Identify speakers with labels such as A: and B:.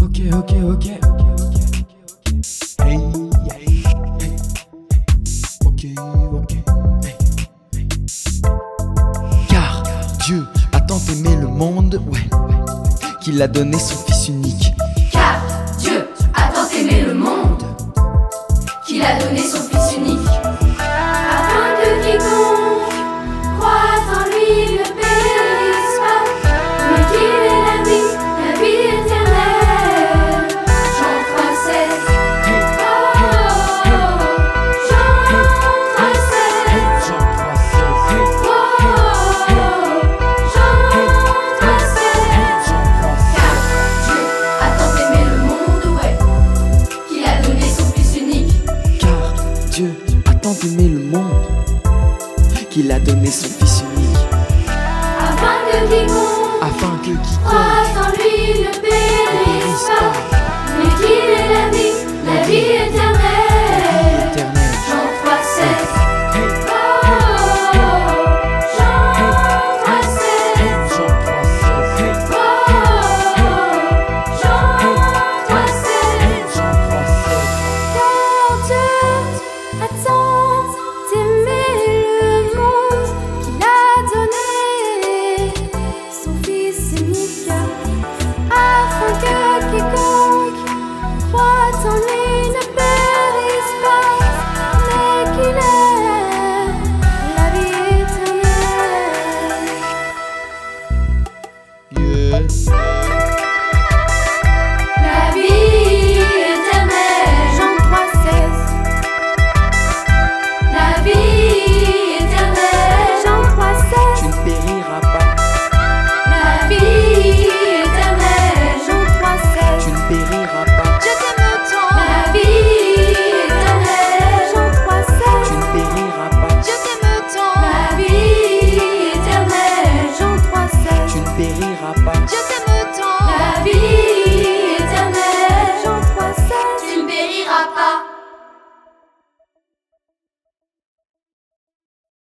A: ok, ok, ok, ok, ok, ok.
B: Hey, hey, hey. Ok, ok, hey. Car Dieu a tant aimé le monde, ouais, ouais, qu'il a donné son Fils unique.
C: Car Dieu a tant aimé le monde qu'il a donné son Fils unique. Afin que quiconque croit en lui ne périsse pas, mais qu'il ait la vie, la vie éternelle. Jean 3, 16. Oh, Jean 3, 16. Oh, Jean 3, 16. Car Dieu a tant aimé le monde, ouais, qu'il a donné son Fils unique.
B: Car Dieu a tant aimé le monde, qu'il a donné son Fils unique.
C: Afin que quiconque
B: Afin que quiconque
C: croit en lui ne
B: ne
C: périsse
B: périsse
C: pas,
B: pas,
C: mais qu'il ait la vie, la vie éternelle.
B: éternel.
C: Jean 3, 16.
B: Hey,
C: Oh, Jean 3, 16. Oh, Jean 3, 16. Car Dieu a tant aimé le monde qu'il a donné son Fils unique, afin que quiconque croit en lui ne périsse pas, mais qu'il ait la vie éternelle.
B: Yeah.